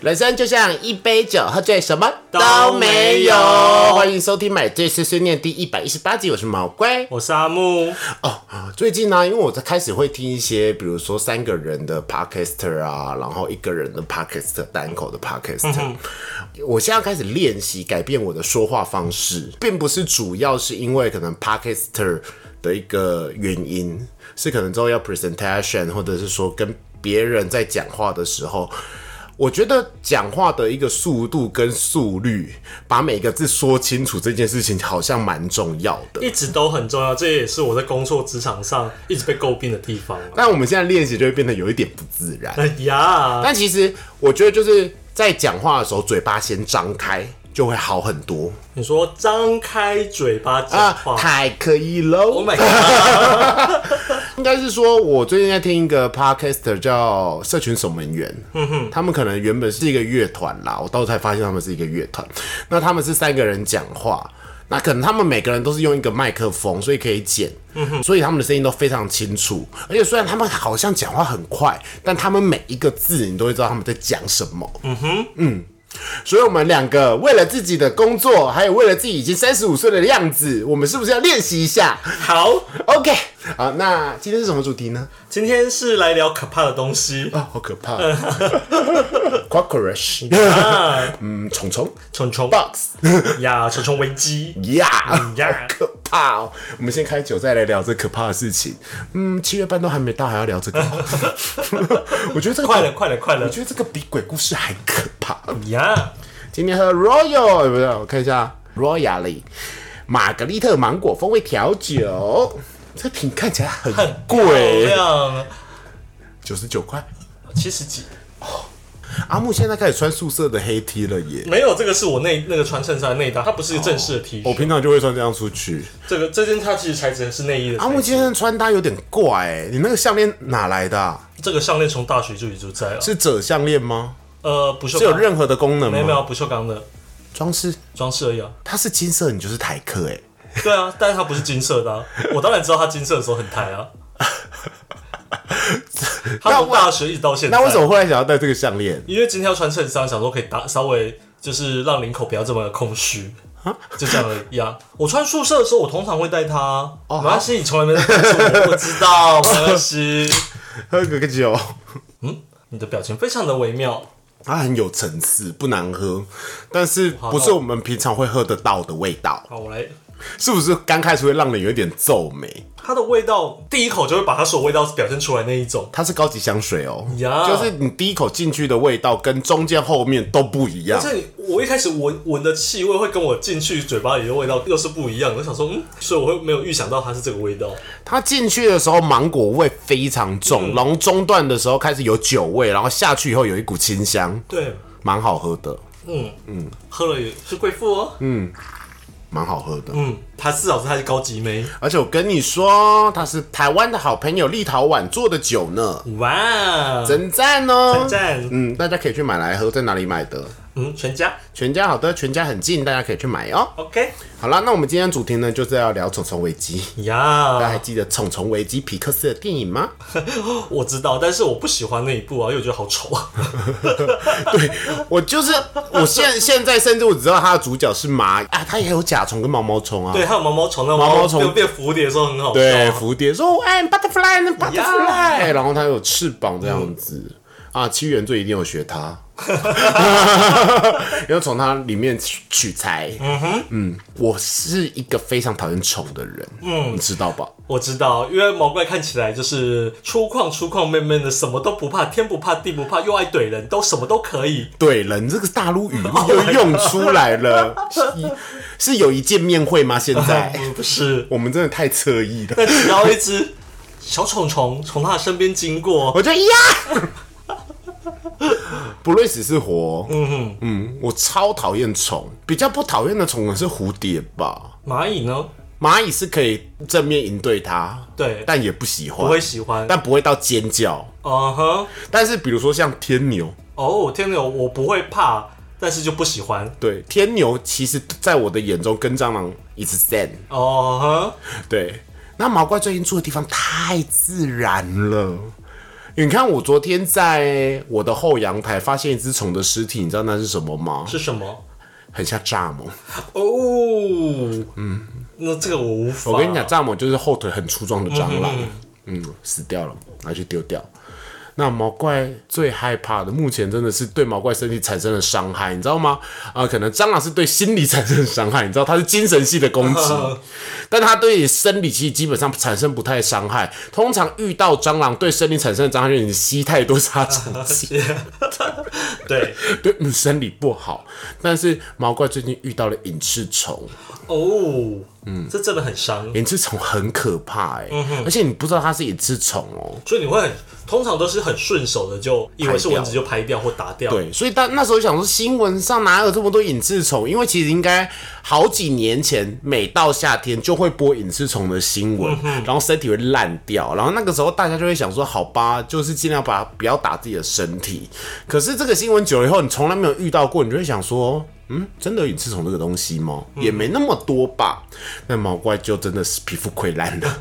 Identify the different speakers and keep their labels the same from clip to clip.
Speaker 1: 人生就像一杯酒，喝醉什么
Speaker 2: 都
Speaker 1: 都没
Speaker 2: 没
Speaker 1: 有
Speaker 2: 有。
Speaker 1: 欢迎收听《买醉碎碎念》第一百一十八集，我是毛龟。
Speaker 2: 我是阿木，
Speaker 1: 哦，最近呢、因为我在开始会听一些，比如说三个人的 podcaster 啊，然后一个人的 podcaster，单口的 podcaster。我现在开始练习改变我的说话方式，并不是主要是因为可能 podcaster 的一个原因，是可能之后要 presentation，或者是说跟别人在讲话的时候。我觉得讲话的一个速度跟速率，把每个字说清楚这件事情，好像蛮重要的。
Speaker 2: 一直都很重要，这也是我在工作职场上一直被诟病的地方啊。
Speaker 1: 但我们现在练习就会变得有一点不自然。
Speaker 2: 哎呀，
Speaker 1: 但其实我觉得就是在讲话的时候，嘴巴先张开就会好很多
Speaker 2: 你说张开嘴巴讲
Speaker 1: 啊
Speaker 2: 话，
Speaker 1: 太可以喽
Speaker 2: Oh。my god！
Speaker 1: 应该是说，我最近在听一个 podcaster 叫《社群守门员》，他们可能原本是一个乐团啦，我到时候才发现他们是一个乐团。那他们是三个人讲话。那可能他们每个人都是用一个麦克风，所以可以剪，所以他们的声音都非常清楚。而且虽然他们好像讲话很快，但他们每一个字你都会知道他们在讲什么。嗯所以我们两个为了自己的工作，还有为了自己已经三十五岁的样子，我们是不是要练习一下
Speaker 2: 好，
Speaker 1: ？OK，好，那今天是什么主题呢？
Speaker 2: 今天是来聊可怕的 东西
Speaker 1: 啊、好可怕！Cockroach，
Speaker 2: 啊，
Speaker 1: 嗯，虫虫
Speaker 2: 虫虫
Speaker 1: ，Box，
Speaker 2: 呀，虫虫危机
Speaker 1: 呀、
Speaker 2: 呀，
Speaker 1: 可怕哦！我们先开酒，再来聊这可怕的事情。嗯，七月半都还没到，还要聊 这个？我觉得这个
Speaker 2: 快了，快了，快了
Speaker 1: 我觉得这个比鬼故事还可怕。
Speaker 2: 呀！
Speaker 1: 今天喝 Royal，不是？我看一下 Royally 玛格丽特芒果风味调酒，这瓶看起来很
Speaker 2: 漂
Speaker 1: 贵，
Speaker 2: 亮，啊
Speaker 1: 九十九块。
Speaker 2: 七十几。
Speaker 1: 阿木现在开始穿宿舍的黑 T 了耶，
Speaker 2: 没有，这个是我那那个穿衬衫的内搭，它不是正式的 T
Speaker 1: 哦我
Speaker 2: 恤。
Speaker 1: 平常就会穿这样出去。
Speaker 2: 这个这件它其实材质是内衣的
Speaker 1: 阿
Speaker 2: 材
Speaker 1: 木
Speaker 2: 质。
Speaker 1: 今天的穿搭有点怪、欸，你那个项链哪来的啊、
Speaker 2: 这个项链从大学就已经在了，
Speaker 1: 是褶项链吗？
Speaker 2: 呃，不锈
Speaker 1: 是有
Speaker 2: 钢，
Speaker 1: 任何的功能
Speaker 2: 没有没
Speaker 1: 吗？
Speaker 2: 有不锈钢的
Speaker 1: 装饰，
Speaker 2: 装饰而已啊。
Speaker 1: 它是金色，你就是台客哎、
Speaker 2: 对啊，但是它不是金色的、啊，我当然知道它金色的时候很 抬啊。他从大学一直到现在，
Speaker 1: 那为什么？后来想要戴这个项链？
Speaker 2: 因为今天要穿衬衫，想说可以打稍微就是让领口不要这么空虚。就这样而已啊！我穿宿舍的时候，我通常会戴它
Speaker 1: 哦
Speaker 2: 啊。没关系，你从来没戴过，我知道，没关系。
Speaker 1: 喝个酒，
Speaker 2: 嗯，你的表情非常的微妙。
Speaker 1: 它很有层次，不难喝，但是不是
Speaker 2: 那我
Speaker 1: 我们平常会喝得到的味道。
Speaker 2: 好，我来
Speaker 1: 是不是刚开始会让人有一点皱眉？
Speaker 2: 它的味道，第一口就会把它所有味道表现出来那一种。
Speaker 1: 它是高级香水哦，
Speaker 2: 呀
Speaker 1: 就是你第一口进去的味道跟中间后面都不一样
Speaker 2: 而。且你我一开始闻闻的气味会跟我进去嘴巴里的味道又是不一样的，我想说，嗯，所以我会没有预想到它是这个味道。
Speaker 1: 它进去的时候芒果味非常重，然后中段的时候开始有酒味，然后下去以后有一股清香，
Speaker 2: 对，
Speaker 1: 蛮好喝的，
Speaker 2: 嗯嗯，喝了也是贵妇哦。嗯
Speaker 1: 蛮好喝的。
Speaker 2: 她至少是她是高级妹。
Speaker 1: 而且我跟你说，它是台湾的好朋友立陶宛做的酒呢，
Speaker 2: 哇，
Speaker 1: 真赞哦！
Speaker 2: 赞！
Speaker 1: 嗯，大家可以去买来喝，在哪里买的？
Speaker 2: 嗯，全家
Speaker 1: 全家好的，全家很近，大家可以去买哦。
Speaker 2: OK
Speaker 1: 好啦，那我们今天的主题呢，就是要聊虫虫危机。大家
Speaker 2: 呀
Speaker 1: 还记得《虫虫危机》皮克斯的电影吗？
Speaker 2: 我知道，但是我不喜欢那一部啊，因为我觉得好 丑啊。
Speaker 1: 我 就是，我现现在甚至我只知道它的主角是蚂蚁啊，它也有甲虫跟毛毛虫啊。
Speaker 2: 对，还有毛毛虫，那
Speaker 1: 毛
Speaker 2: 毛
Speaker 1: 毛虫
Speaker 2: 变变蝴蝶的时候很好笑
Speaker 1: 对，
Speaker 2: 啊。
Speaker 1: 蝴蝶说哎 butterfly 呢 butterfly，、
Speaker 2: 呀
Speaker 1: 然后它有翅膀这样子、啊。七原罪一定有学 它，因为从它里面取取材。嗯哼，嗯，我是一个非常讨厌虫的人，嗯，你知道吧？
Speaker 2: 我知道，因为毛怪看起来就是粗犷粗犷妹妹的，什么都不怕，天不怕地不怕，又爱怼人，都什么都可以。
Speaker 1: 对人这个大陆 语又用出来了，是是有一见面会吗？现 在？
Speaker 2: 嗯，不是，
Speaker 1: 我们真的太侧翼了。
Speaker 2: 但只要一只小虫虫从他的身边经过，
Speaker 1: 我就呀， 不论死是活，嗯哼，嗯，我超讨厌虫，比较不讨厌的虫可能是蝴蝶吧。
Speaker 2: 蚂蚁呢？
Speaker 1: 蚂蚁是可以正面迎对它，
Speaker 2: 对，
Speaker 1: 但也不喜欢，
Speaker 2: 我会喜欢。
Speaker 1: 但不会到尖叫。
Speaker 2: 嗯哼，
Speaker 1: 但是比如说像天牛，
Speaker 2: 哦，天哪，我不会怕，但是就不喜欢。
Speaker 1: 对，天牛其实在我的眼中跟蟑螂 is the same。
Speaker 2: 哦哼，
Speaker 1: 对，那毛怪最近住的地方太自然了。因为你看，我昨天在我的后阳台发现一只虫的尸体，你知道那是什么吗？
Speaker 2: 是什么？
Speaker 1: 很像蚱蜢。
Speaker 2: 哦，嗯，那这个我无法。
Speaker 1: 我跟你讲，蚱蜢就是后腿很粗壮的蟑螂，嗯死掉了，拿去丢掉。那毛怪最害怕的，目前真的是对毛怪身体产生了伤害，你知道吗？啊、可能蟑螂是对心理产生了伤害，你知道它是精神系的攻击，但它对你生理其实基本上产生不太伤害。通常遇到蟑螂对生理产生的伤害，就是你吸太多杀虫剂，
Speaker 2: 对，
Speaker 1: 对你生理不好。但是毛怪最近遇到了隐翅虫，
Speaker 2: 哦，嗯，这真的很伤，
Speaker 1: 隐翅虫很可怕哎、而且你不知道它是隐翅虫哦。
Speaker 2: 所以你会很，通常都是很顺手的，就以为是蚊子就拍掉或打掉。，
Speaker 1: 对，所以当那时候想说，新闻上哪有这么多隐翅虫？因为其实应该好几年前，每到夏天就会播隐翅虫的新
Speaker 2: 嗯
Speaker 1: 闻，然后身体会烂掉，然后那个时候大家就会想说，好吧，就是尽量把不要打自己的身体。可是这个新闻久了以后，你从来没有遇到过，你就会想说。嗯，真的有隐翅虫这个东西吗？
Speaker 2: 嗯
Speaker 1: 也没那么多吧。那毛怪就真的是皮肤溃烂了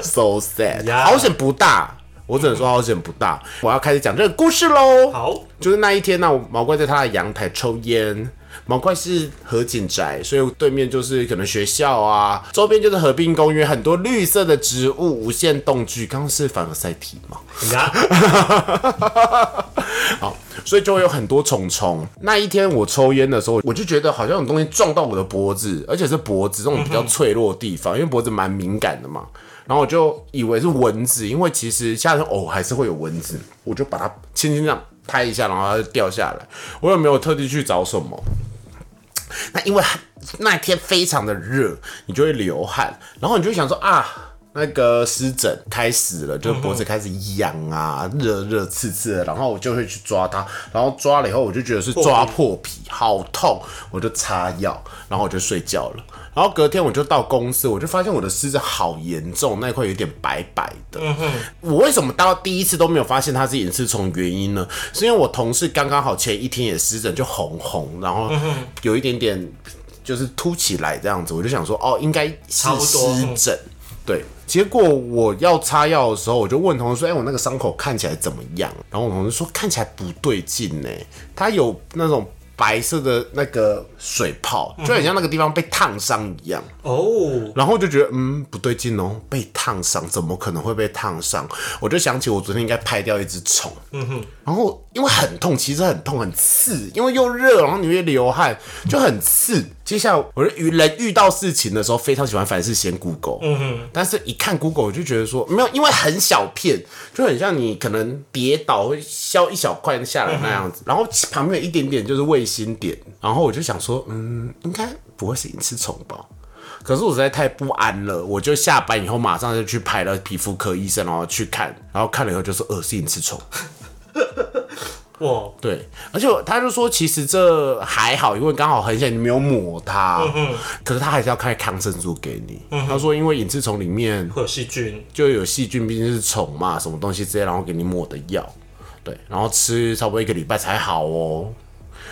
Speaker 1: ，so sad。
Speaker 2: 呀
Speaker 1: 好险不大，我只能说好险不大。我要开始讲这个故事喽。
Speaker 2: 好，
Speaker 1: 就是那一天呢，我毛怪在他的阳台抽烟。毛怪是河景宅，所以对面就是可能学校啊，周边就是河滨公园，很多绿色的植物，无限动距。刚刚是凡尔赛体吗？
Speaker 2: 呀，
Speaker 1: 好，所以就会有很多虫虫。那一天我抽烟的时候，我就觉得好像有东西撞到我的脖子，而且是脖子这种比较脆弱的地方，因为脖子蛮敏感的嘛。然后我就以为是蚊子，因为其实夏天偶还是会有蚊子，我就把它轻轻这样拍一下，然后它就掉下来。我也没有特地去找什么。那因为那天非常的热，你就会流汗，然后你就会想说啊，那个湿疹开始了，就是脖子开始痒啊，热热刺刺的，然后我就会去抓它，然后抓了以后我就觉得是抓破皮，好痛，我就擦药，然后我就睡觉了。然后隔天我就到公司，我就发现我的湿疹好严重，那一块有点白白的。
Speaker 2: 嗯
Speaker 1: 我为什么到第一次都没有发现它是隐翅虫原因呢？是因为我同事刚刚好前一天也湿疹，就红红，然
Speaker 2: 嗯
Speaker 1: 后有一点点就是凸起来这样子，我就想说哦，应该是
Speaker 2: 差不多嗯
Speaker 1: 湿疹。对，结果我要擦药的时候，我就问同事说：“哎、我那个伤口看起来怎么样？”然后我同事说：“看起来不对劲呢、它有那种白色的那个水泡，就很像那个地方被烫伤一样。”
Speaker 2: 哦，
Speaker 1: 然后我就觉得嗯不对劲哦，被烫伤怎么可能会被烫伤？我就想起我昨天应该拍掉一只虫，嗯哼，然后因为很痛，其实很痛很刺，因为又热，然后你会流汗，就很刺。接下来我就遇人遇到事情的时候，非常喜欢凡事先 Google，嗯哼，但是一看 Google 我就觉得说没有，因为很小片，就很像你可能跌倒会削一小块下来那样子，然后旁边有一点点就是卫星点，然后我就想说嗯应该不会是隐翅虫吧。可是我实在太不安了，我就下班以后马上就去排了皮肤科医生，然后去看，然后看了以后就说恶性吃虫。
Speaker 2: 哇，
Speaker 1: 对，而且我他就说其实这还好，因为刚好很显你没有抹它，可是他还是要开抗生素给你。他说因为隐翅虫里面
Speaker 2: 会有细菌，
Speaker 1: 就有细菌，毕竟是虫嘛，什么东西之类，然后给你抹的药，对，然后吃差不多一个礼拜才好哦。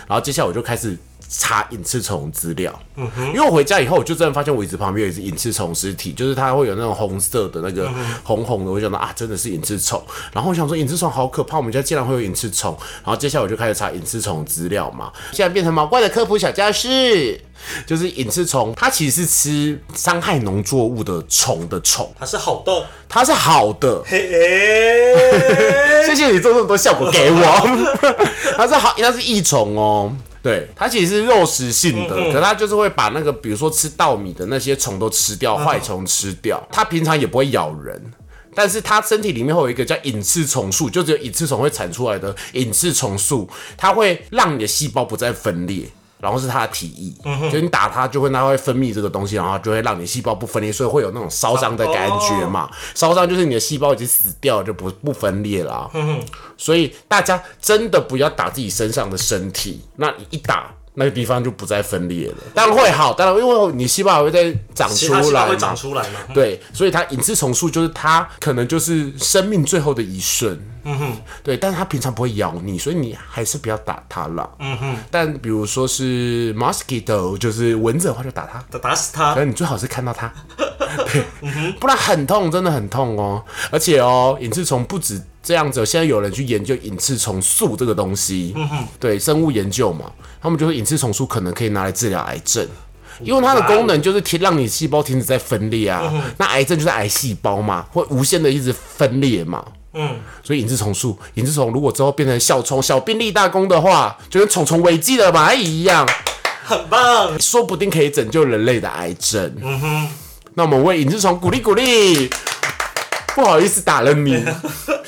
Speaker 1: 然后接下来我就开始查隐翅虫资料，嗯哼，因为我回家以后，我就真的发现我椅子旁边有一只隐翅虫尸体，就是它会有那种红色的那个红红的，我就想到啊，真的是隐翅虫。然后我想说隐翅虫好可怕，我们家竟然会有隐翅虫。然后接下来我就开始查隐翅虫资料嘛，现在变成毛怪的科普小教室。就是隐翅虫，它其实是吃伤害农作物的虫的虫，
Speaker 2: 它是好动，
Speaker 1: 它是好的，
Speaker 2: 嘿，哎
Speaker 1: 谢 谢你做这么多效果给我。 它是好，它是益虫哦。对，它其实是肉食性的，可是它就是会把那个，比如说吃稻米的那些虫都吃掉，坏虫吃掉。它平常也不会咬人，但是它身体里面会有一个叫隐翅虫素，就只有隐翅虫会产出来的隐翅虫素，它会让你的细胞不再分裂。然后是它的体液，就你打它就会，它会分泌这个东西，然后就会让你细胞不分裂，所以会有那种烧伤的感觉嘛。烧伤就是你的细胞已经死掉了，就不不分裂啊啦、所以大家真的不要打自己身上的身体，那你一打。那个地方就不再分裂了，当然会好，当然因为你细胞还会再长
Speaker 2: 其
Speaker 1: 出
Speaker 2: 他细
Speaker 1: 来
Speaker 2: 胞
Speaker 1: 嘛
Speaker 2: 会，长出来嘛？
Speaker 1: 对，所以它隐翅虫术就是它可能就是生命最后的一瞬，嗯哼，对，但是它平常不会咬你，所以你还是不要打它啦，嗯哼。但比如说是 mosquito，就是蚊子的话就打它，
Speaker 2: 打打死它
Speaker 1: 可，能你最好是看到 它，对，不然很痛，真的很痛哦。而且哦，隐翅虫不止这样子，现在有人去研究隐翅虫素这个东西，对生物研究嘛，他们就会隐翅虫素可能可以拿来治疗癌症。因为它的功能就是停让你细胞停止在分裂啊，那癌症就是癌细胞嘛，会无限的一直分裂嘛。嗯，所以隐翅虫素，隐翅虫如果之后变成小虫小病立大功的话，就跟虫虫危机的蚂蚁一样，
Speaker 2: 很棒，
Speaker 1: 说不定可以拯救人类的癌症。嗯哼，那我们为隐翅虫鼓励鼓励。不好意思打了 你，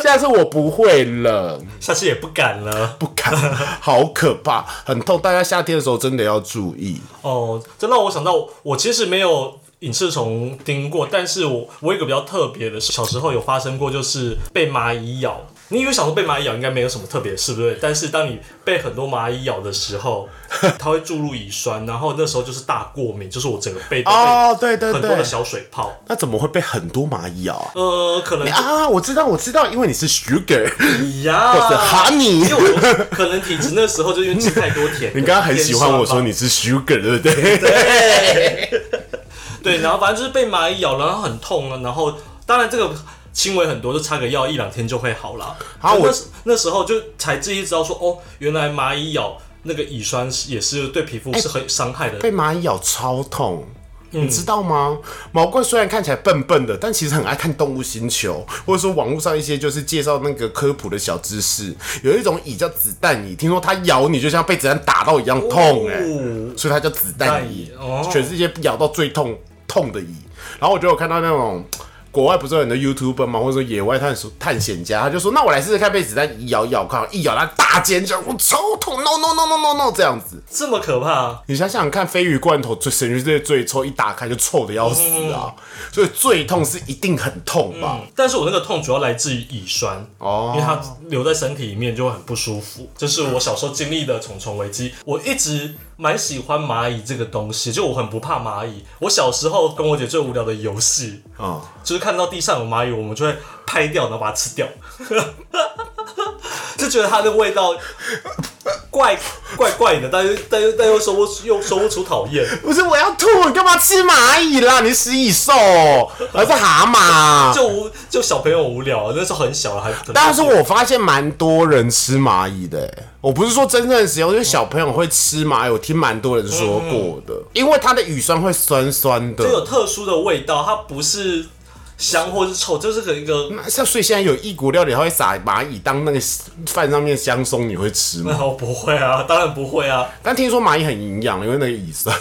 Speaker 1: 下次我不会了，
Speaker 2: 下次也不敢了。
Speaker 1: 不敢，好可怕，很痛。大家夏天的时候真的要注意。
Speaker 2: 哦，这让我想到，我其实没有隐翅虫叮过，但是我我有一个比较特别的事，小时候有发生过，就是被蚂蚁咬。你以为小时候被蚂蚁咬应该没有什么特别的事，对不对？但是当你被很多蚂蚁咬的时候，它会注入乙酸，然后那时候就是大过敏，就是我整个背都被
Speaker 1: 哦，对对
Speaker 2: 很多的
Speaker 1: 对，
Speaker 2: 小水泡。
Speaker 1: 那怎么会被很多蚂蚁咬啊？
Speaker 2: 呃，可能
Speaker 1: 啊，我知道，我知道，因为你是 sugar，
Speaker 2: 你呀，
Speaker 1: 或者 honey
Speaker 2: 因为我可能体质那时候就因为吃太多甜 的，
Speaker 1: 你刚刚很喜欢我说
Speaker 2: 你
Speaker 1: 你是 sugar，对不对？
Speaker 2: 对，然后反正就是被蚂蚁咬，然后很痛啊，然后当然这个轻微很多，就擦个药一两天就会好了。
Speaker 1: 好
Speaker 2: 那
Speaker 1: 我
Speaker 2: 时那时候就才自己知道说，哦，原来蚂蚁咬那个乙酸是也是对皮肤是很有伤害的。
Speaker 1: 被蚂蚁咬超痛。
Speaker 2: 嗯
Speaker 1: 你知道吗？毛怪虽然看起来笨笨的，但其实很爱看《动物星球》，或者说网络上一些就是介绍那个科普的小知识。有一种蚁叫子弹蚁，听说它咬你就像被子弹打到一样痛哎、
Speaker 2: 哦
Speaker 1: 所以它叫子弹蚁
Speaker 2: 子弹蚁哦，
Speaker 1: 全世界咬到最痛痛的蚁。然后我就有看到那种。国外不是有很多 YouTuber 嘛，或者说野外探索探险家，他就说：“那我来试试看被子弹蚁咬咬看，一咬他大尖叫，我超痛，no no no no no no 这样子。”
Speaker 2: 这么可怕，
Speaker 1: 你想想看，鲱鱼罐头最神鱼最最臭，一打开就臭的要死啊！所以最痛是一定很痛吧？
Speaker 2: 但是我那个痛主要来自于乙酸，因
Speaker 1: 哦，
Speaker 2: 为它留在身体里面就会很不舒服。这是我小时候经历的虫虫危机。我一直蛮喜欢蚂蚁这个东西，就我很不怕蚂蚁。我小时候跟我姐最无聊的游戏，
Speaker 1: 嗯，
Speaker 2: 就是看到地上有蚂蚁，我们就会拍掉，然后把它吃掉， 就觉得它的味道怪怪怪的，但又但又但又说不出又说不出讨厌，
Speaker 1: 不是我要吐，你干嘛吃蚂蚁啦？你食蚁兽还是蛤蟆？
Speaker 2: 就无就小朋友无聊，那时候很小了还。
Speaker 1: 但是我发现蛮多人吃蚂蚁的、欸，我不是说真正的使用，因为小朋友会吃蚂蚁，我听蛮多人说过的，因为它的羽酸会酸酸
Speaker 2: 就有
Speaker 1: 的。
Speaker 2: 特殊的味道，它不是香或是臭，就是可能一个。
Speaker 1: 那像所以现在有异国料理，它会撒蚂蚁当那个饭上面香松，你会吃吗？
Speaker 2: 那我不会啊，当然不会啊，
Speaker 1: 但听说蚂蚁很营养，因为那个蚁酸。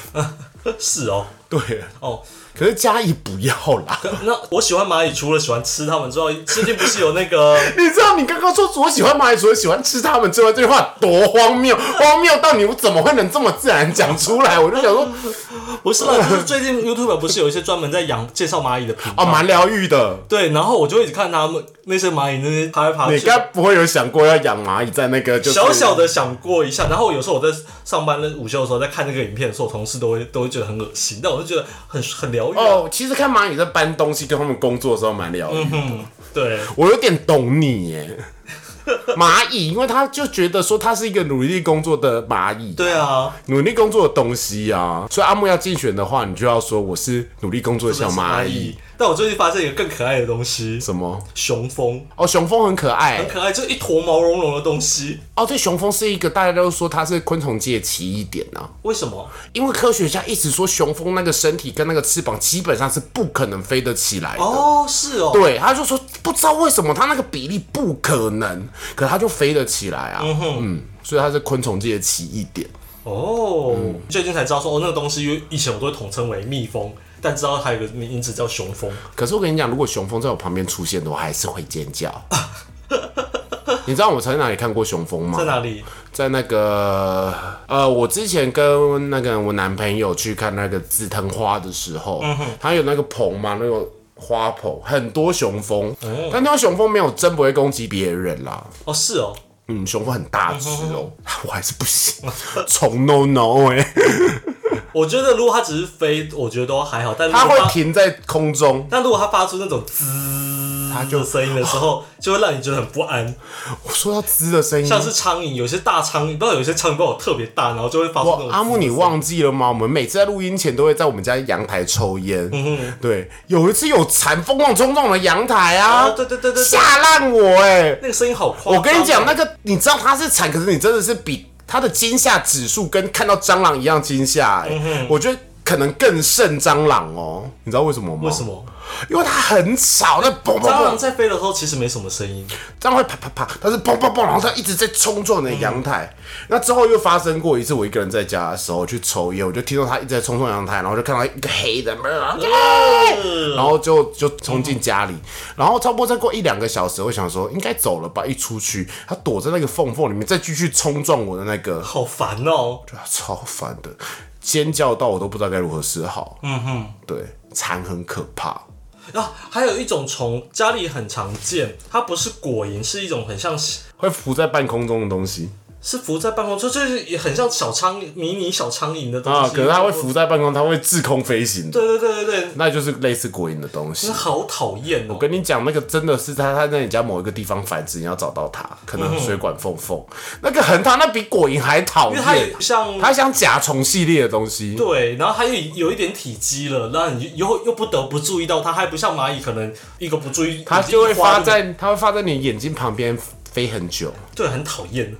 Speaker 2: 是哦，
Speaker 1: 对，
Speaker 2: 哦，
Speaker 1: 可是嘉义不要啦。
Speaker 2: 那我喜欢蚂蚁，除了喜欢吃它们之外，最近不是有那 个
Speaker 1: 你知道你刚刚说我喜欢蚂蚁，除了喜欢吃它们之外，这句话多荒谬，荒谬到你我怎么会能这么自然讲出来？我就想说，
Speaker 2: 不是啦，就是最近 YouTube 不是有一些专门在养介绍蚂蚁的频道
Speaker 1: 哦，蛮疗愈的。
Speaker 2: 对，然后我就一直看他们那些蚂蚁那些爬来爬
Speaker 1: 你
Speaker 2: 去，
Speaker 1: 该不会有想过要养蚂蚁在那个就是
Speaker 2: 小小的想过一下。然后有时候我在上班的午休的时候，在看那个影片的时候，我同事都会都会觉得很恶心，但我就觉得很很疗愈啊、
Speaker 1: 哦？其实看蚂蚁在搬东西跟他们工作的时候蛮疗愈的
Speaker 2: 嗯对，
Speaker 1: 我有点懂你耶。蚂蚁，因为他就觉得说它是一个努力工作的蚂蚁，
Speaker 2: 对啊，
Speaker 1: 努力工作的东西啊。所以阿木要竞选的话，你就要说我是努力工作的小蚂蚁。。
Speaker 2: 但我最近发现一个更可爱的东西，
Speaker 1: 什么？
Speaker 2: 雄蜂，
Speaker 1: 哦，雄蜂很可爱
Speaker 2: 很可爱，就是一坨毛茸茸的东西。
Speaker 1: 哦。对，雄蜂是一个大家都说它是昆虫界奇异点啊，
Speaker 2: 为什么？
Speaker 1: 因为科学家一直说雄蜂那个身体跟那个翅膀基本上是不可能飞得起来的。
Speaker 2: 哦，是哦，
Speaker 1: 对，他就说不知道为什么它那个比例不可能，可它就飞得起来啊。嗯所以它是昆虫界的奇异点。
Speaker 2: 哦，
Speaker 1: 嗯
Speaker 2: 最近才知道说，哦，那个东西，因为以前我都会统称为蜜蜂，但知道它有个名字叫雄蜂。
Speaker 1: 可是我跟你讲，如果雄蜂在我旁边出现的，我还是会尖 叫。你知道我曾在哪里看过雄蜂吗
Speaker 2: 在？哪里？
Speaker 1: 在那个呃，我之前跟那个我男朋友去看那个紫藤花的时候，
Speaker 2: 嗯
Speaker 1: 他有那个棚嘛，那个花棚很多雄蜂，但那雄蜂没有真不会攻击别人啦。
Speaker 2: 哦，是哦，嗯
Speaker 1: 欸嗯，雄蜂很大只哦，我还是不行，虫 no no 哎、
Speaker 2: 我觉得如果它只是飞，我觉得都还好。但如果
Speaker 1: 它会停在空中，
Speaker 2: 但如果它发出那种滋
Speaker 1: 它就嗯
Speaker 2: 的声音的 时候，就会让你觉得很不安，
Speaker 1: 我说到滋的声音。
Speaker 2: 像是苍蝇，有些大苍蝇，不知道有些苍蝇不知道有特别大，然后就会发出那
Speaker 1: 哇
Speaker 2: 种，
Speaker 1: 阿木，
Speaker 2: 滋
Speaker 1: 你忘记了吗？我们每次在录音前都会在我们家阳台抽烟。
Speaker 2: 嗯
Speaker 1: 对，有一次有蝉疯狂冲到我们阳台啊
Speaker 2: 啊，，对对对对，对
Speaker 1: 吓烂我哎、
Speaker 2: 那个声音好夸张哦。
Speaker 1: 我跟你讲，那个你知道它是蝉，可是你真的是比它的惊吓指数跟看到蟑螂一样惊吓、
Speaker 2: 嗯
Speaker 1: 欸。我觉得可能更胜蟑螂哦，你知道为什么吗？
Speaker 2: 为什？么
Speaker 1: 因为它很吵，那嘣嘣
Speaker 2: 蟑螂
Speaker 1: 嘣，
Speaker 2: 在飞的时候其实没什么声音？
Speaker 1: 蟑螂会啪啪啪，它是嘣嘣嘣，然后它一直在冲撞你的阳台。那之后又发生过一次，我一个人在家的时候去抽烟，我就听到它一直在冲撞阳台，然后就看到一个黑的，然后就就冲进家里，然后差不多再过一两个小时，我想说应该走了吧，一出去，它躲在那个缝缝里面，再继续冲撞我的那个，
Speaker 2: 好烦哦！
Speaker 1: 对啊，超烦的，尖叫到我都不知道该如何是好。嗯哼，对，蝉很可怕。
Speaker 2: 然后还有一种虫，家里很常见，它不是果蝇，是一种很像是
Speaker 1: 会浮在半空中的东西
Speaker 2: 是浮在半空中，就是也很像小苍蝇迷你小苍蝇的东西。
Speaker 1: 啊，可是它会浮在半空，它会滞空飞行的，
Speaker 2: 对对对对对，
Speaker 1: 那就是类似果蝇的东西
Speaker 2: 真的。好讨厌
Speaker 1: 我！
Speaker 2: 哦
Speaker 1: 跟你讲，那个真的是它，它在你家某一个地方繁殖，你要找到它，可能水管缝缝，那个很烫，那比果蝇还讨
Speaker 2: 因为它
Speaker 1: 厌。
Speaker 2: 也像
Speaker 1: 它像甲虫系列的东西，
Speaker 2: 对，然后它又有一点体积了，那你又又又不得不注意到它，它还不像蚂蚁，可能一个不注意
Speaker 1: 它就会发。
Speaker 2: 已经一花
Speaker 1: 在它会发在你眼睛旁边飞很久。
Speaker 2: 对，很讨厌。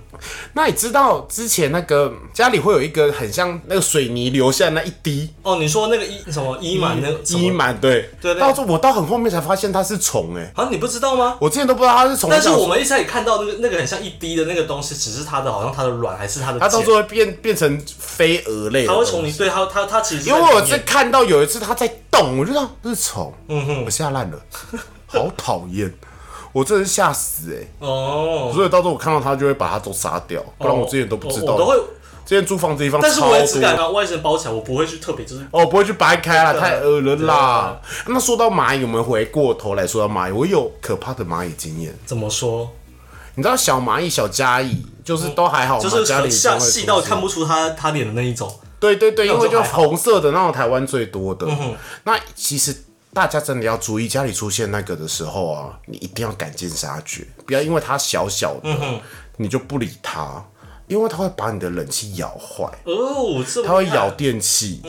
Speaker 1: 那你知道之前那个家里会有一个很像那个水泥留下那一滴
Speaker 2: 哦，你说那个伊什么伊满那个什
Speaker 1: 滴
Speaker 2: 么？
Speaker 1: 螨，对，
Speaker 2: 对对
Speaker 1: 到时候我到很后面才发现它是虫，哎，
Speaker 2: 啊，你不知道吗？
Speaker 1: 我之前都不知道它是虫，
Speaker 2: 但是
Speaker 1: 想
Speaker 2: 我们一开始看到那个那个很像一滴的那个东西，只是它的好像它的卵还是它的
Speaker 1: 它到
Speaker 2: 茧
Speaker 1: 时候会变变成飞蛾类的
Speaker 2: 它
Speaker 1: 东
Speaker 2: 会
Speaker 1: 西，
Speaker 2: 从你对它它它其实
Speaker 1: 因为我是
Speaker 2: 这
Speaker 1: 看到有一次它在动，我就知道这是虫，嗯哼，我吓烂了，好讨厌，我真的是吓死哎、
Speaker 2: 哦，
Speaker 1: 所以到时候我看到它就会把它都杀掉，不然我之前都不知
Speaker 2: 哦我
Speaker 1: 道。
Speaker 2: 我都会，
Speaker 1: 之前租房子地方
Speaker 2: 但是
Speaker 1: 超
Speaker 2: 我也只敢
Speaker 1: 多，
Speaker 2: 把外层包起来，我不会去特别就是
Speaker 1: 哦，不会去掰开了，
Speaker 2: 对啊
Speaker 1: 太恶了啦。那说到蚂蚁，我们回过头来说到蚂蚁，我有可怕的蚂蚁经验。
Speaker 2: 怎么说，
Speaker 1: 你知道小蚂蚁、小蚂蚁就是都还好嘛，
Speaker 2: 嗯就是
Speaker 1: 哦家里
Speaker 2: 很下
Speaker 1: 都会
Speaker 2: 细到
Speaker 1: 出现
Speaker 2: 看不出它它脸的那一种。
Speaker 1: 对对对，因
Speaker 2: 种
Speaker 1: 为就
Speaker 2: 就还好嗯
Speaker 1: 红色的那种台湾最多的。那其实大家真的要注意，家里出现那个的时候啊，你一定要赶尽杀绝，不要因为它小小的，
Speaker 2: 嗯
Speaker 1: 你就不理它，因为它会把你的冷气咬坏。
Speaker 2: 哦，这么
Speaker 1: 它会
Speaker 2: 厉害
Speaker 1: 咬电器。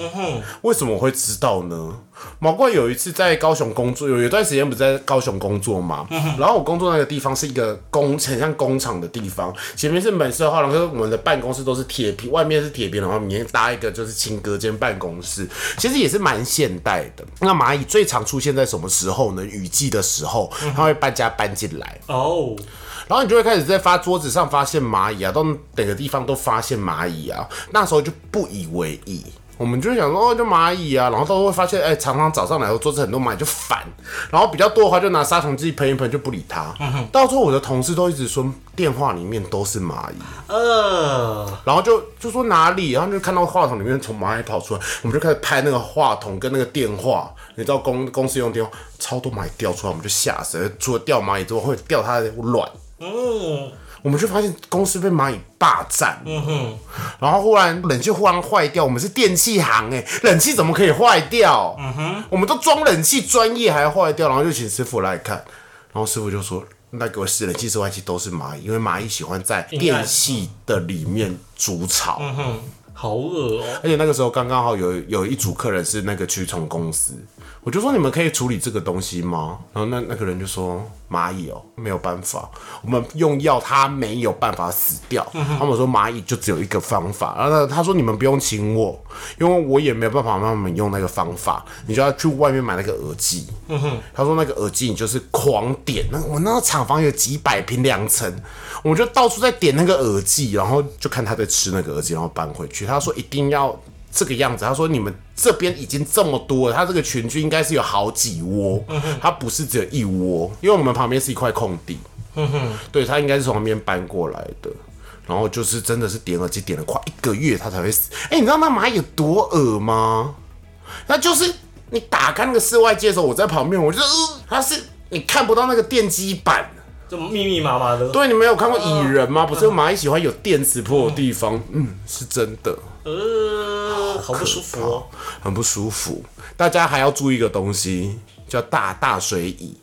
Speaker 1: 为什么我会知道呢？毛怪有一次在高雄工作，有有一段时间不是在高雄工作嘛，然后我工作那个地方是一个工，很像工厂的地方，前面是门市的话，然后我们的办公室都是铁皮，外面是铁皮，然后里面搭一个就是轻隔间办公室，其实也是蛮现代的。那蚂蚁最常出现在什么时候呢？雨季的时候，它会搬家搬进来。
Speaker 2: 哦，
Speaker 1: 然后你就会开始在发桌子上发现蚂蚁啊，到哪个地方都发现蚂蚁啊，那时候就不以为意。我们就会想说，哦，就蚂蚁啊，然后到时候会发现，哎、常常早上来后桌子很多蚂蚁就烦，然后比较多的话就拿杀虫剂喷一喷，就不理它。到最后我的同事都一直说电话里面都是蚂蚁，
Speaker 2: 呃，
Speaker 1: 然后就就说哪里，然后就看到话筒里面从蚂蚁跑出来，我们就开始拍那个话筒跟那个电话，你知道公公司用电话超多蚂蚁掉出来，我们就吓死了。除了掉蚂蚁之外，会掉它的卵。
Speaker 2: 嗯，
Speaker 1: 我们就发现公司被蚂蚁霸占，嗯哼，然后忽然冷气忽然坏掉，我们是电器行哎、冷气怎么可以坏掉？嗯哼，我们都装冷气专业还坏掉，然后就请师傅来看，然后师傅就说。那给我试冷气室外气都是蚂蚁，因为蚂蚁喜欢在电器的里面筑巢，
Speaker 2: 好恶哦。
Speaker 1: 而且那个时候刚刚好有有一组客人是那个驱虫公司，我就说你们可以处理这个东西吗？然后那那个人就说蚂蚁哦，没有办法，我们用药它没有办法死掉。他们说蚂蚁就只有一个方法，然后呢他说你们不用请我，因为我也没有办法让你们用那个方法，你就要去外面买那个耳机。他说那个耳机你就是狂点，那我那个厂房有几百平两层，我就到处在点那个耳机，然后就看他在吃那个耳机，然后搬回去。他说一定要这个样子，他说你们这边已经这么多了，他这个群居应该是有好几窝，他不是只有一窝，因为我们旁边是一块空地，对他应该是从旁边搬过来的。然后就是真的是点耳机点了快一个月，它才会死。哎，你知道那蚂蚁有多恶吗？那就是你打开那个室外机的时候，我在旁边，我就、呃、它是你看不到那个电击板。
Speaker 2: 就密密麻麻的，
Speaker 1: 对，你们有看过蚁人吗？不是蚂蚁喜欢有电磁波的地方，嗯，是真的。
Speaker 2: 呃，好不舒服哦。
Speaker 1: 很不舒服。大家还要注意一个东西，叫大大水蚁。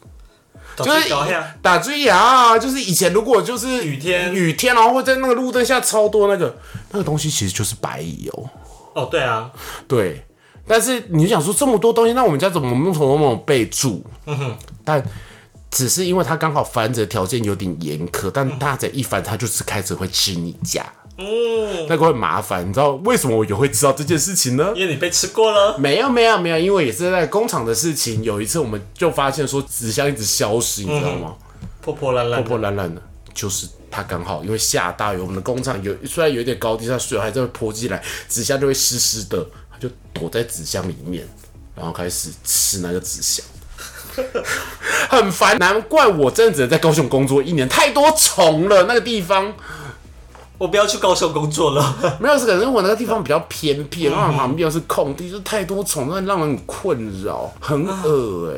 Speaker 2: 就
Speaker 1: 就是
Speaker 2: 搞一下，
Speaker 1: 打追牙啊，就是以前如果就是
Speaker 2: 雨天
Speaker 1: 雨天，然后会在那个路灯下超多那个那个东西，其实就是白蚁哦、
Speaker 2: 哦，对啊，
Speaker 1: 对，但是你就想说这么多东西，那我们家怎么用从某某备注？嗯哼，但只是因为它刚好繁殖的条件有点严苛，但大仔一繁，它就是开始会吃你家，嗯，那个会麻烦。你知道为什么我也会知道这件事情呢？
Speaker 2: 因为你被吃过了。
Speaker 1: 没有没有没有，因为也是在工厂的事情，有一次我们就发现说纸箱一直消失，你知道吗？
Speaker 2: 破破烂烂
Speaker 1: 破，破烂烂的，就是它刚好因为下大雨，我们的工厂有虽然有一点高低，它水还在泼进来，纸箱就会湿湿的，它就躲在纸箱里面，然后开始吃那个纸箱。很烦，难怪我真的只能在高雄工作一年，太多虫了。那个地方
Speaker 2: 我不要去高雄工作了。
Speaker 1: 没有，是可能我那个地方比较偏僻，然后旁边又是空地，就太多虫，那让人很困扰，很恶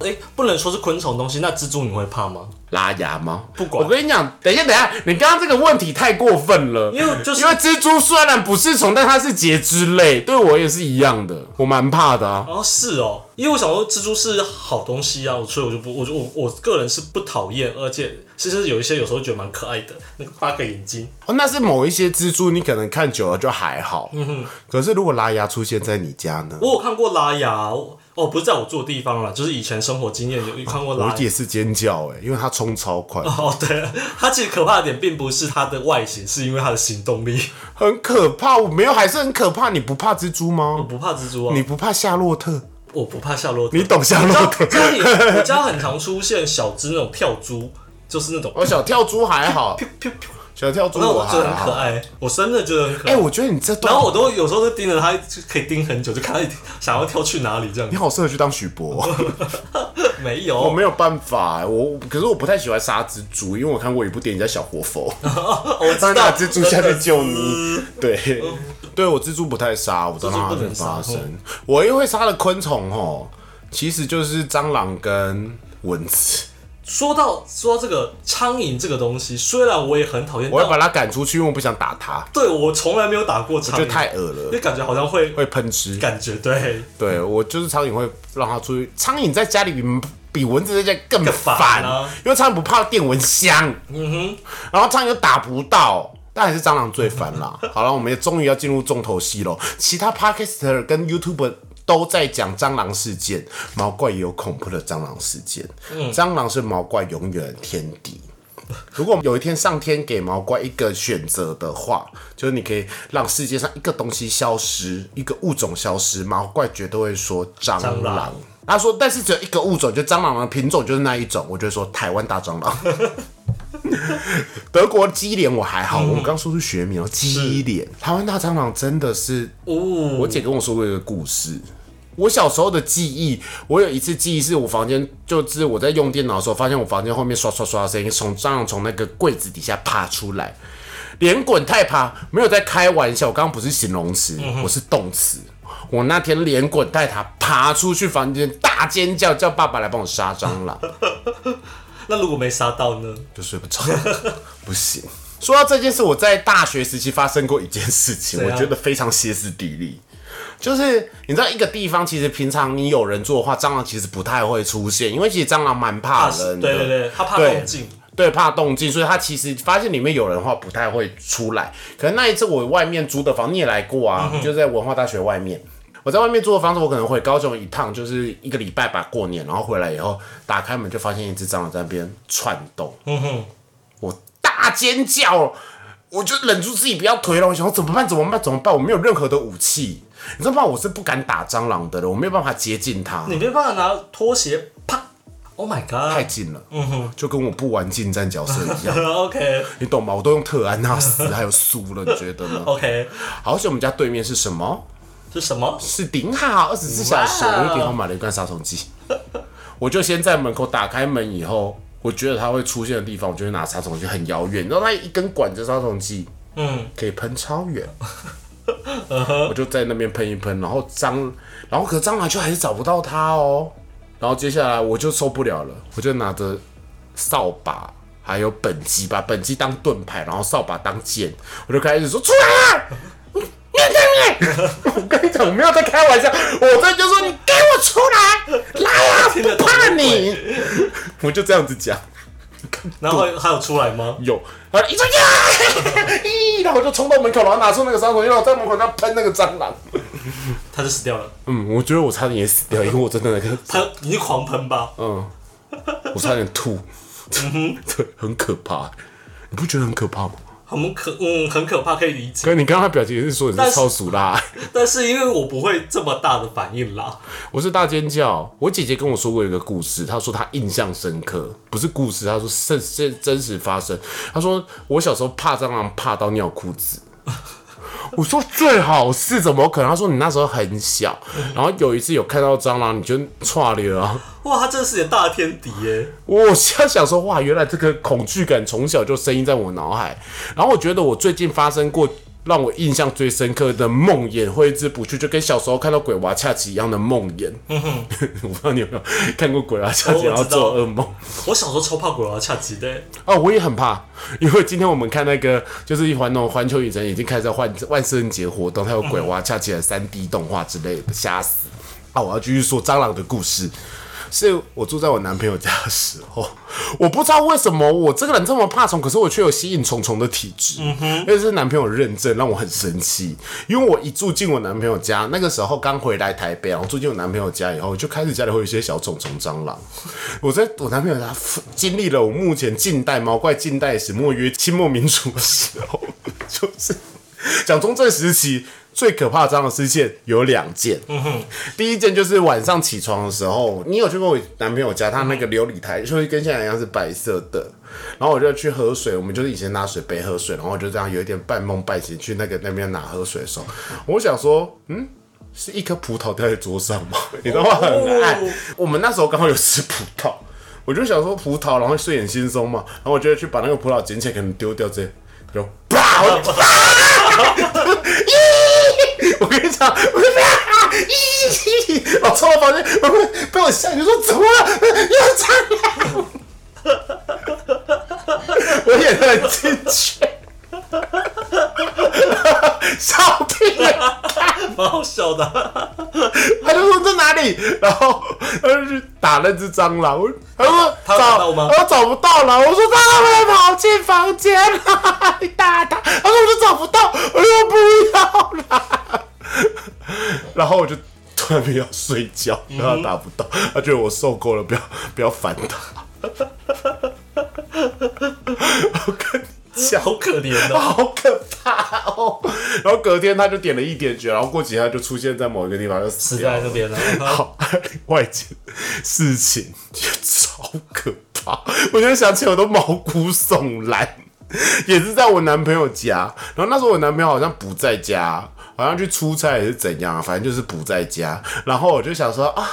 Speaker 1: 哎、
Speaker 2: 哎，不能说是昆虫东西，那蜘蛛你会怕吗？
Speaker 1: 拉牙吗？
Speaker 2: 不管
Speaker 1: 我跟你讲，等一下，等一下，你刚刚这个问题太过分了，
Speaker 2: 因为就是
Speaker 1: 因为蜘蛛虽然不是虫，但它是节肢类，对我也是一样的，我蛮怕的啊。
Speaker 2: 哦，是哦，因为我想说蜘蛛是好东西啊，所以我就不，我就我我个人是不讨厌，而且其实有一些有时候觉得蛮可爱的，那个八个眼睛，
Speaker 1: 哦，那是某一些蜘蛛，你可能看久了就还好。嗯哼。可是如果拉牙出现在你家呢？
Speaker 2: 我有看过拉牙，我哦，不是在我住的地方啦，就是以前生活经验有看过拉
Speaker 1: 哦我
Speaker 2: 牙。
Speaker 1: 也是尖叫哎、因为它冲超快，
Speaker 2: 哦，对了，它其实可怕的点并不是它的外形，是因为它的行动力。
Speaker 1: 很可怕。我没有，还是很可怕。你不怕蜘蛛
Speaker 2: 我
Speaker 1: 吗？
Speaker 2: 不怕蜘蛛啊，
Speaker 1: 你不怕夏洛特？
Speaker 2: 我不怕夏洛特。
Speaker 1: 你懂夏洛特？
Speaker 2: 家里我家很常出现小只那种跳蛛，就是那种
Speaker 1: 哦，小跳蛛还好，小跳蛛
Speaker 2: 那
Speaker 1: 我
Speaker 2: 我觉得
Speaker 1: 还
Speaker 2: 很可
Speaker 1: 好。
Speaker 2: 爱，我真的觉得很可
Speaker 1: 哎、
Speaker 2: 爱。
Speaker 1: 我觉得你这段
Speaker 2: 然后我都有时候都盯着它，就可以盯很久，就看它想要跳去哪里这样
Speaker 1: 你。好适合去当许博、
Speaker 2: 没
Speaker 1: 我
Speaker 2: 有，
Speaker 1: 哦没有办法，我可是我不太喜欢杀蜘蛛，因为我看过一部电影叫《小活佛》，
Speaker 2: 我知
Speaker 1: 他拿
Speaker 2: 道
Speaker 1: 蜘蛛下去救你。对，对我蜘蛛不太杀，我知道它
Speaker 2: 哦蜘蛛不能
Speaker 1: 发
Speaker 2: 杀
Speaker 1: 生
Speaker 2: 嗯。
Speaker 1: 我因为杀的昆虫哦，其实就是蟑螂跟蚊子，
Speaker 2: 说到说到这个苍蝇这个东西，虽然我也很讨厌，
Speaker 1: 我要
Speaker 2: 但
Speaker 1: 把它赶出去，因为我不想打它，
Speaker 2: 对我从来没有打过苍
Speaker 1: 就
Speaker 2: 蝇，
Speaker 1: 太恶了，
Speaker 2: 就感觉好像会
Speaker 1: 会喷汁。
Speaker 2: 感觉对，
Speaker 1: 对我就是苍蝇会让它出去，苍蝇在家里比比蚊子在家更
Speaker 2: 更
Speaker 1: 烦，
Speaker 2: 烦啊
Speaker 1: 因为苍蝇不怕电蚊香，嗯哼，然后苍蝇又打不到。但还是蟑螂最烦 啦。好了，我们也终于要进入重头戏喽。其他 podcaster 跟 YouTuber 都在讲蟑螂事件，毛怪也有恐怖的蟑螂事件。蟑螂是毛怪永远的天敌。如果有一天上天给毛怪一个选择的话，就是你可以让世界上一个东西消失，一个物种消失，毛怪绝对会说蟑
Speaker 2: 蟑
Speaker 1: 螂
Speaker 2: 螂。
Speaker 1: 他说，但是只有一个物种，就蟑螂的品种就是那一种。我就说台湾大 蟑螂，德国鸡脸我还好，
Speaker 2: 嗯
Speaker 1: 我刚说出学名哦，鸡脸。台湾大蟑螂真的是
Speaker 2: 呜、
Speaker 1: 我姐跟我说过一个故事。我小时候的记忆，我有一次记忆是我房间，就是我在用电脑的时候，发现我房间后面刷刷刷的声音，从蟑螂从那个柜子底下爬出来，连滚带爬，没有在开玩笑，我刚刚不是形容词，我是动词。我那天连滚带爬爬出去房间，大尖叫，叫爸爸来帮我杀蟑螂。
Speaker 2: 那如果没杀到呢？
Speaker 1: 就睡不着，不行。说到这件事，我在大学时期发生过一件事情，
Speaker 2: 怎
Speaker 1: 我
Speaker 2: 样
Speaker 1: 觉得非常歇斯底里。就是你知道，一个地方其实平常你有人住的话，蟑螂其实不太会出现，因为其实蟑螂蛮怕
Speaker 2: 怕
Speaker 1: 人的，
Speaker 2: 对对对，它怕
Speaker 1: 对
Speaker 2: 动静，
Speaker 1: 对，怕动静，所以他其实发现里面有人的话不太会出来。可能那一次我外面租的房，你也来过啊，就在文化大学外面。我在外面租的房子，我可能回高雄一趟，就是一个礼拜吧，过年，然后回来以后打开门就发现一只蟑螂在那边窜动，嗯哼，我大尖叫，我就忍住自己不要推了，我想说怎么办？怎么办？怎么办？我没有任何的武器，你知道吗？我是不敢打蟑螂的人，我没有办法接近它。
Speaker 2: 你没办法拿拖鞋啪，Oh my
Speaker 1: 太
Speaker 2: god！
Speaker 1: 近了，嗯哼，就跟我不玩近战角色一样，
Speaker 2: OK
Speaker 1: 你懂吗？我都用特安纳斯还有苏了，你觉得呢？
Speaker 2: OK，
Speaker 1: 好，而且我们家对面是什么？
Speaker 2: 是什么？
Speaker 1: 是顶好，二十四小时。
Speaker 2: 哇哦
Speaker 1: 我就顶好买了一罐杀虫剂，我就先在门口打开门以后，我觉得它会出现的地方，我就会拿杀虫剂，很遥远，你知道那一根管子杀虫剂
Speaker 2: 嗯，
Speaker 1: 可以喷超远。我就在那边喷一喷，然后蟑，然后可蟑螂就还是找不到它哦。然后接下来我就受不了了，我就拿着扫把还有本机，把本机当盾牌，然后扫把当剑，我就开始说出来啊！你我跟你讲，我没有在开玩笑，我这就说你给我出来，来啊，
Speaker 2: 听得
Speaker 1: 不
Speaker 2: 懂
Speaker 1: 怕
Speaker 2: 就对
Speaker 1: 你，我就这样子讲。
Speaker 2: 然后还有出来吗？
Speaker 1: 有，然后一冲呀，啊 咦，然后就冲到门口，然后拿出那个杀虫剂，然后在门口那喷那个蟑螂。
Speaker 2: 他就死掉了，
Speaker 1: 嗯，我觉得我差点也死掉，因为我真的那个，
Speaker 2: 他你就狂喷吧，
Speaker 1: 嗯我差点吐，嗯 对，很可怕。你不觉得很可怕吗？
Speaker 2: 很可嗯很可怕，可以理解。
Speaker 1: 可是你刚刚表情也是说你
Speaker 2: 但
Speaker 1: 是
Speaker 2: 是
Speaker 1: 超熟啦，
Speaker 2: 但是因为我不会这么大的反应啦，
Speaker 1: 我是大尖叫。我姐姐跟我说过一个故事，她说她印象深刻，不是故事，她说是是真实发生。她说我小时候怕蟑螂怕到尿裤子。我说最好是怎么可能？她说你那时候很小，然后有一次有看到蟑螂，你就 岔了啊。
Speaker 2: 哇，他真的是你的大天敌耶！
Speaker 1: 我现在想说，哇，原来这个恐惧感从小就深印在我脑海。然后我觉得我最近发生过让我印象最深刻的梦魇挥之不去，就跟小时候看到鬼娃恰奇一样的梦魇。 我不知道你有没有看过鬼娃恰
Speaker 2: 哦我
Speaker 1: 奇，
Speaker 2: 知道
Speaker 1: 然后做噩梦。
Speaker 2: 我小时候超怕鬼娃恰吉的耶，
Speaker 1: 哦，我也很怕，因为今天我们看那个就是一环那种环球影城已经开始在万万圣节活动，它有鬼娃恰起来三 D 动画之类的，吓死！啊，我要继续说蟑螂的故事。是我住在我男朋友家的时候， 我不知道为什么我这个人这么怕虫，可是我却有吸引虫虫的体质。嗯哼，那是男朋友认证让我很生气，因为我一住进我男朋友家，那个时候刚回来台北，然后住进我男朋友家以后，就开始家里会有一些小虫虫、蟑螂。 我在我男朋友家经历了我目前近代毛怪近代史，莫约清末民初的时候， 就是 蒋中正时期最可怕的蟑螂事件有两件。第一件就是晚上起床的时候，你有去过我男朋友家，他那个琉璃台就是跟现在一样是白色的。然后我就去喝水，我们就是以前拿水杯喝水，然后我就这样有一点半梦半醒去那个那边拿喝水的时候，我想说，嗯，是一颗葡萄掉在桌上吗？ 你知道吗？很暗。我们那时候刚好有吃葡萄，我就想说葡萄，然后睡眼惺忪嘛，然后我就去把那个葡萄捡起来，可能丢掉这，然后啪，我就 我跟你讲，我就啊，咦，我冲到房间，我被我吓，你说怎么了？又蟑螂，我也很进去， 笑屁啊！
Speaker 2: 蛮好笑的。
Speaker 1: 他就说在哪里，然后他就去打那只蟑螂，我他说
Speaker 2: 他有找到吗
Speaker 1: 我找不到了，我说蟑螂会跑进房间 了，你打他，他说我就找不到，我说不要啦，然后我就突然要睡觉，然后他打不到，他觉得我受够了，不要不要烦他，我跟你讲。
Speaker 2: 好可怜哦，
Speaker 1: 好可怕哦！然后隔天他就点了一点绝，然后过几天他就出现在某一个地方就死
Speaker 2: 死
Speaker 1: 掉了
Speaker 2: 在。那边了。
Speaker 1: 好，另外一件事情也超可怕，我就想起我都毛骨悚然。也是在我男朋友家，然后那时候我男朋友好像不在家，好像去出差还是怎样，反正就是不在家。然后我就想说啊，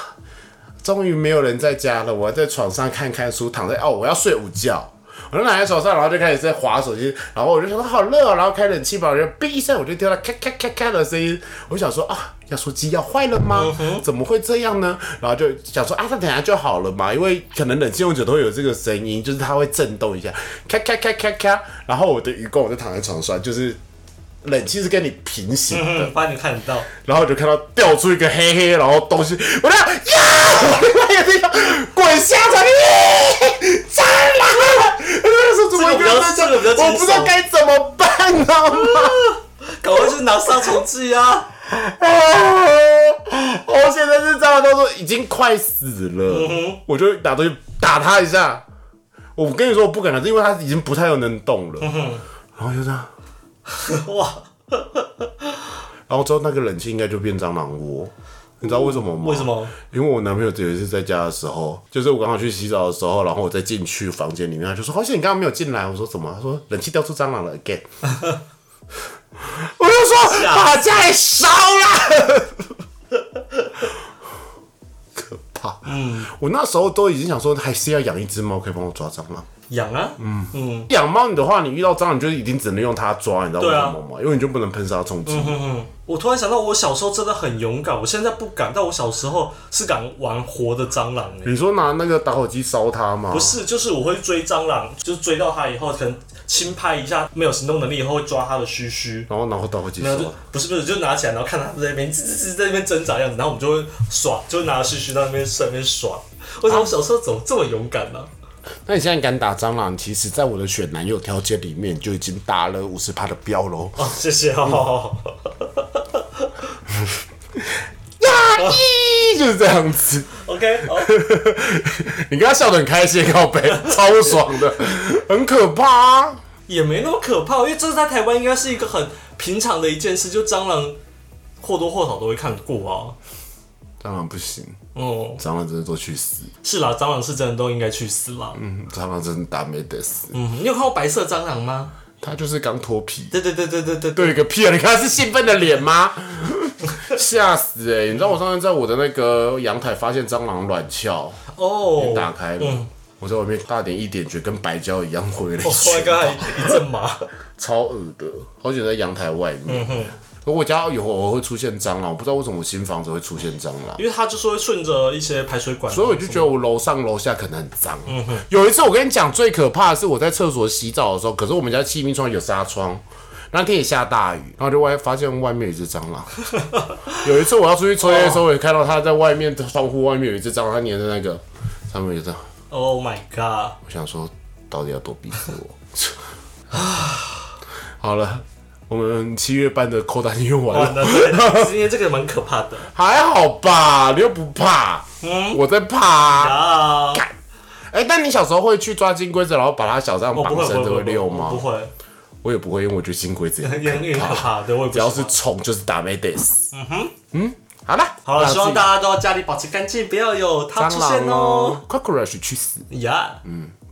Speaker 1: 终于没有人在家了，我要在床上看看书，躺在哦，我要睡午觉。我就躺在床上，然后就开始在划手机，然后我就想说好热哦，然后开冷气吧，我就哔一声，我就听到咔咔咔咔的声音，我想说啊，压缩机要坏了吗？怎么会这样呢？然后就想说啊，它等下就好了嘛，因为可能冷气用久都会有这个声音，就是它会震动一下，咔咔咔咔咔。然后我的余光我就躺在床上，就是冷气是跟你平行的，
Speaker 2: 嗯，把你看得到，
Speaker 1: 然后我就看到掉出一个黑黑，然后东西，我就呀，我那个地方滚下床，耶，啊蟑螂！啊我那时候怎么一个人在家，
Speaker 2: 这个比较这个比较
Speaker 1: 我不知道该怎么办，你知道吗？
Speaker 2: 赶快去拿杀虫剂啊！
Speaker 1: 啊我现在是蟑螂，到时候已经快死了，我就拿东西打它一下。我跟你说，我不敢了，因为它已经不太能动了。然后就这样，
Speaker 2: 哇，
Speaker 1: 然后之后那个冷气应该就变蟑螂窝，你知道为什么吗？
Speaker 2: 为什么？
Speaker 1: 因为我男朋友有一次在家的时候，就是我刚好去洗澡的时候，然后我再进去房间里面，他就说：“好险你刚刚没有进来。”我说：“怎么？”他说：“冷气掉出蟑螂了，again。” 我就说：“
Speaker 2: 吓死
Speaker 1: 把家里烧了。”可怕。嗯，我那时候都已经想说，还是要养一只猫，可以帮我抓蟑螂。
Speaker 2: 痒啊，嗯嗯，
Speaker 1: 养猫你的话，你遇到蟑螂，你就一定只能用它抓，你知道为
Speaker 2: 对啊嗯
Speaker 1: 什么吗？因为你就不能喷杀虫剂。
Speaker 2: 我突然想到，我小时候真的很勇敢，我现在不敢，但我小时候是敢玩活的蟑螂、欸。
Speaker 1: 你说拿那个打火机烧它吗？
Speaker 2: 不是，就是我会追蟑螂，就是追到它以后，可能轻拍一下没有行动能力以后，会抓他的须须。
Speaker 1: 然后然后到会结
Speaker 2: 没有，
Speaker 1: 束
Speaker 2: 就
Speaker 1: 啊，
Speaker 2: 不是不是，就拿起来，然后看他在那边吱吱吱在那边挣扎的样子，然后我们就会耍，就会拿须须在那边在那边耍。为什么我小时候怎么这么勇敢呢、
Speaker 1: 那你现在敢打蟑螂？其实，在我的选男友条件里面就已经打了五十趴的标 喽。
Speaker 2: 哦，谢谢哦。
Speaker 1: 咦就是这样子，
Speaker 2: OK，好，哦
Speaker 1: 你刚刚笑得很开心，靠背，超爽的， 很可怕、啊。
Speaker 2: 也没那么可怕，因为这在台湾应该是一个很平常的一件事，就蟑螂或多或少都会看过啊。
Speaker 1: 蟑螂不行，
Speaker 2: 哦，
Speaker 1: 蟑螂真的都去死，
Speaker 2: 是啦，蟑螂是真的都应该去死啦。嗯
Speaker 1: 嗯蟑螂真的打没得死，
Speaker 2: 你有看过白色蟑螂吗？
Speaker 1: 它就是刚脱皮。
Speaker 2: 对对对对对对对，
Speaker 1: 对个屁啊！你看是兴奋的脸吗？ 吓死哎、欸！你知道我上次在我的那个阳台发现蟑螂卵鞘，
Speaker 2: 哦，
Speaker 1: 打开了，
Speaker 2: 嗯
Speaker 1: 我在外面大点一点觉跟白胶一样回了一
Speaker 2: 我
Speaker 1: 圈
Speaker 2: 我刚才，Oh 一阵麻。
Speaker 1: 超恶的。好久在阳台外面，可我家有偶尔会出现蟑螂，我不知道为什么我新房子会出现蟑螂。
Speaker 2: 因为它就是会顺着一些排水管，
Speaker 1: 所以我就觉得我楼上楼下可能很脏。有一次我跟你讲，最可怕的是我在厕所洗澡的时候，可是我们家气密窗有纱窗，那天也下大雨，然后就外发现外面有一只蟑螂。有一次我要出去抽烟的时候，我也看到它在外面窗户外面有一只蟑螂，它粘在那个上面有一只蟑螂。
Speaker 2: Oh my god！
Speaker 1: 我想说，到底要多逼死我？ 好了，我们七月半的扣单用完了
Speaker 2: 完。了，对，今天这个蛮可怕的
Speaker 1: 还好吧，你又不怕，
Speaker 2: 嗯
Speaker 1: 我在怕、啊。
Speaker 2: 啊！
Speaker 1: 哎、但你小时候会去抓金龟子，然后把它小这样
Speaker 2: 我
Speaker 1: 绑
Speaker 2: 不会，
Speaker 1: 绳
Speaker 2: 不
Speaker 1: 子会
Speaker 2: 会，
Speaker 1: 溜
Speaker 2: 我
Speaker 1: 吗
Speaker 2: 不？会，
Speaker 1: 我也不会，因为我觉得金龟子也很
Speaker 2: 也很
Speaker 1: 可怕，
Speaker 2: 可怕，对，我也 不
Speaker 1: 只要
Speaker 2: 喜
Speaker 1: 是
Speaker 2: 欢
Speaker 1: 虫就是打没得死。嗯哼，嗯，好了，
Speaker 2: 好了，
Speaker 1: 那
Speaker 2: 希望
Speaker 1: 自
Speaker 2: 大家都要家里保持干净，不要有它
Speaker 1: 己
Speaker 2: 出
Speaker 1: 蟑
Speaker 2: 现
Speaker 1: 螂
Speaker 2: 哦。
Speaker 1: 哦，cockroach 去死，
Speaker 2: 呀，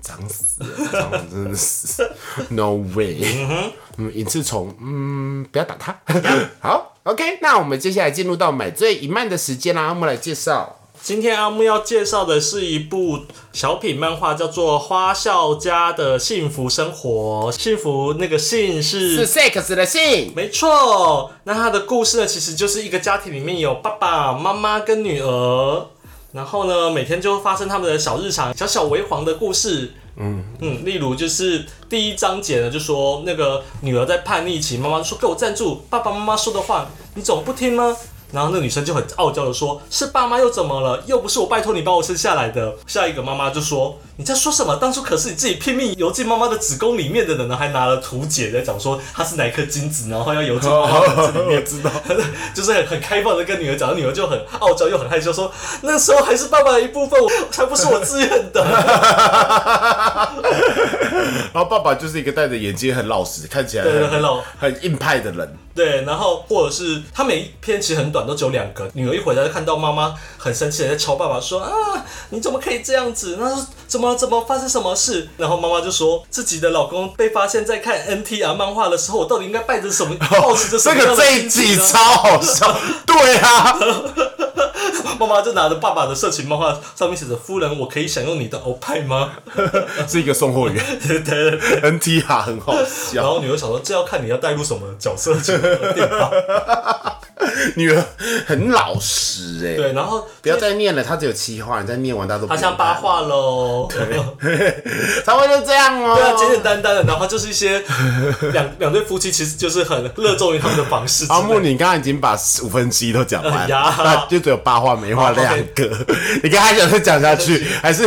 Speaker 1: 脏死了，蟑螂真的是 no way。嗯哼，嗯，隐翅虫，嗯，不要打它。 好，OK，那我们接下来进入到买醉一漫的时间啦，我们来介绍。
Speaker 2: 今天阿木要介绍的是一部小品漫画，叫做《花孝家的幸福生活》。幸福那个幸
Speaker 1: 是
Speaker 2: 是
Speaker 1: sex 的 信，
Speaker 2: 没错，那他的故事呢，其实就是一个家庭里面有爸爸妈妈跟女儿，然后呢，每天就发生他们的小日常、小小为皇的故事。嗯嗯，例如就是第一章节呢，就说那个女儿在叛逆期，妈妈说给我站住，爸爸妈妈说的话你总不听吗？然后那女生就很傲娇的说：“是爸妈又怎么了？又不是我拜托你把我生下来的。”下一个妈妈就说：“你在说什么？当初可是你自己拼命游进妈妈的子宫里面的呢，然后还拿了图解在讲说她是哪一颗精子，然后要游进妈妈的子 里面。”
Speaker 1: 哦知道。
Speaker 2: 就是很很开放的跟女儿讲，女儿就很傲娇又很害羞说：“那时候还是爸爸的一部分，我才不是我自愿的。
Speaker 1: 然后哦爸爸就是一个戴着眼镜很老实，看起来
Speaker 2: 对对很老
Speaker 1: 很硬派的人。”
Speaker 2: 对，然后或者是他每一篇其实很短，都只有两个。女儿一回来就看到妈妈很生气的在敲爸爸说：“啊，你怎么可以这样子？”那说怎么怎么发生什么事？然后妈妈就说自己的老公被发现在看 NTR 漫画的时候，我到底应该抱着什么，抱持着什
Speaker 1: 这
Speaker 2: 么样
Speaker 1: 个
Speaker 2: 的
Speaker 1: 这一
Speaker 2: 心情啊
Speaker 1: 集
Speaker 2: 呢
Speaker 1: 超好笑， 对啊，
Speaker 2: 妈妈就拿着爸爸的色情漫画，上面写着“夫人，我可以享用你的欧派吗
Speaker 1: 是一个送货员
Speaker 2: 对对对
Speaker 1: ，NT r 啊很好
Speaker 2: 然
Speaker 1: 笑。
Speaker 2: 后女儿想说，这要看你要带入什么角色去决定吧。
Speaker 1: 女儿很老实哎、
Speaker 2: 对，然后
Speaker 1: 不要再念了，她只有七话，你再念完大家都不
Speaker 2: 好像八话喽。对
Speaker 1: 差不多就这样哦、
Speaker 2: 啊，简简单单的，然后就是一些 两两对夫妻，其实就是很热衷于他们的房事之类
Speaker 1: 阿
Speaker 2: 的。
Speaker 1: 木，你刚刚已经把五分之一都讲完，
Speaker 2: 哎 呀
Speaker 1: 那就只有八话没话
Speaker 2: 好
Speaker 1: 两个。 你刚才想再讲下 去，还是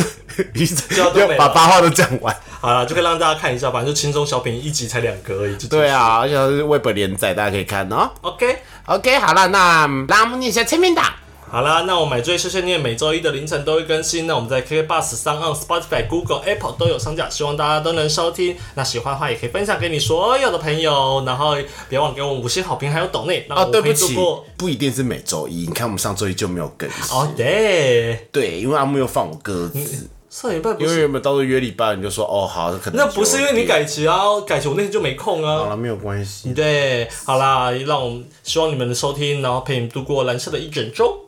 Speaker 1: 一
Speaker 2: 要都
Speaker 1: 要
Speaker 2: 没了
Speaker 1: 把八话都讲完？
Speaker 2: 好了，就可以让大家看一下，反正就轻松小品，一集才两个而已。就
Speaker 1: 对啊，而且它是 Web 连载，大家可以看哦。
Speaker 2: ，OK。
Speaker 1: OK，好了，那让我们念一下签名档。
Speaker 2: 好啦，那我买醉碎碎念每周一的凌晨都会更新。那我们在 KK Bus、上 on、Spotify、Google、Apple 都有上架，希望大家都能收听。那喜欢的话也可以分享给你所有的朋友，然后别忘了给我们五星好评，还有抖内。那
Speaker 1: 哦，
Speaker 2: 我
Speaker 1: 对
Speaker 2: 可
Speaker 1: 不
Speaker 2: 以度
Speaker 1: 起
Speaker 2: 过。，
Speaker 1: 不一定是每周一。你看，我们上周一就没有更新。
Speaker 2: 哦，对，
Speaker 1: 对，因为阿木又放我鸽子，
Speaker 2: 上礼拜不
Speaker 1: 因为
Speaker 2: 是，
Speaker 1: 原本到时候约礼拜，你就说哦好，可能
Speaker 2: 那不是因为你
Speaker 1: 9点
Speaker 2: 改期啊，改期我那天就没空
Speaker 1: 好
Speaker 2: 啊。
Speaker 1: 了，没有关系。
Speaker 2: 对，好啦，让我们希望你们的收听，然后陪你们度过蓝色的一整周。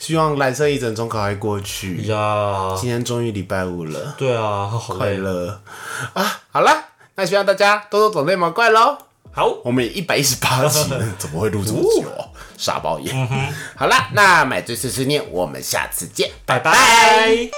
Speaker 1: 希望蓝色一整中考还过去。
Speaker 2: 呀，
Speaker 1: 今天终于礼拜五了，
Speaker 2: 对啊，好
Speaker 1: 快
Speaker 2: 累。
Speaker 1: 乐啊！好了，那希望大家多多懂内毛怪喽。
Speaker 2: 好，
Speaker 1: 我们一百一十八集 了，怎么会录这么久、啊？傻包眼。好啦，那买醉碎碎念，我们下次见，
Speaker 2: 拜
Speaker 1: 拜拜
Speaker 2: 拜。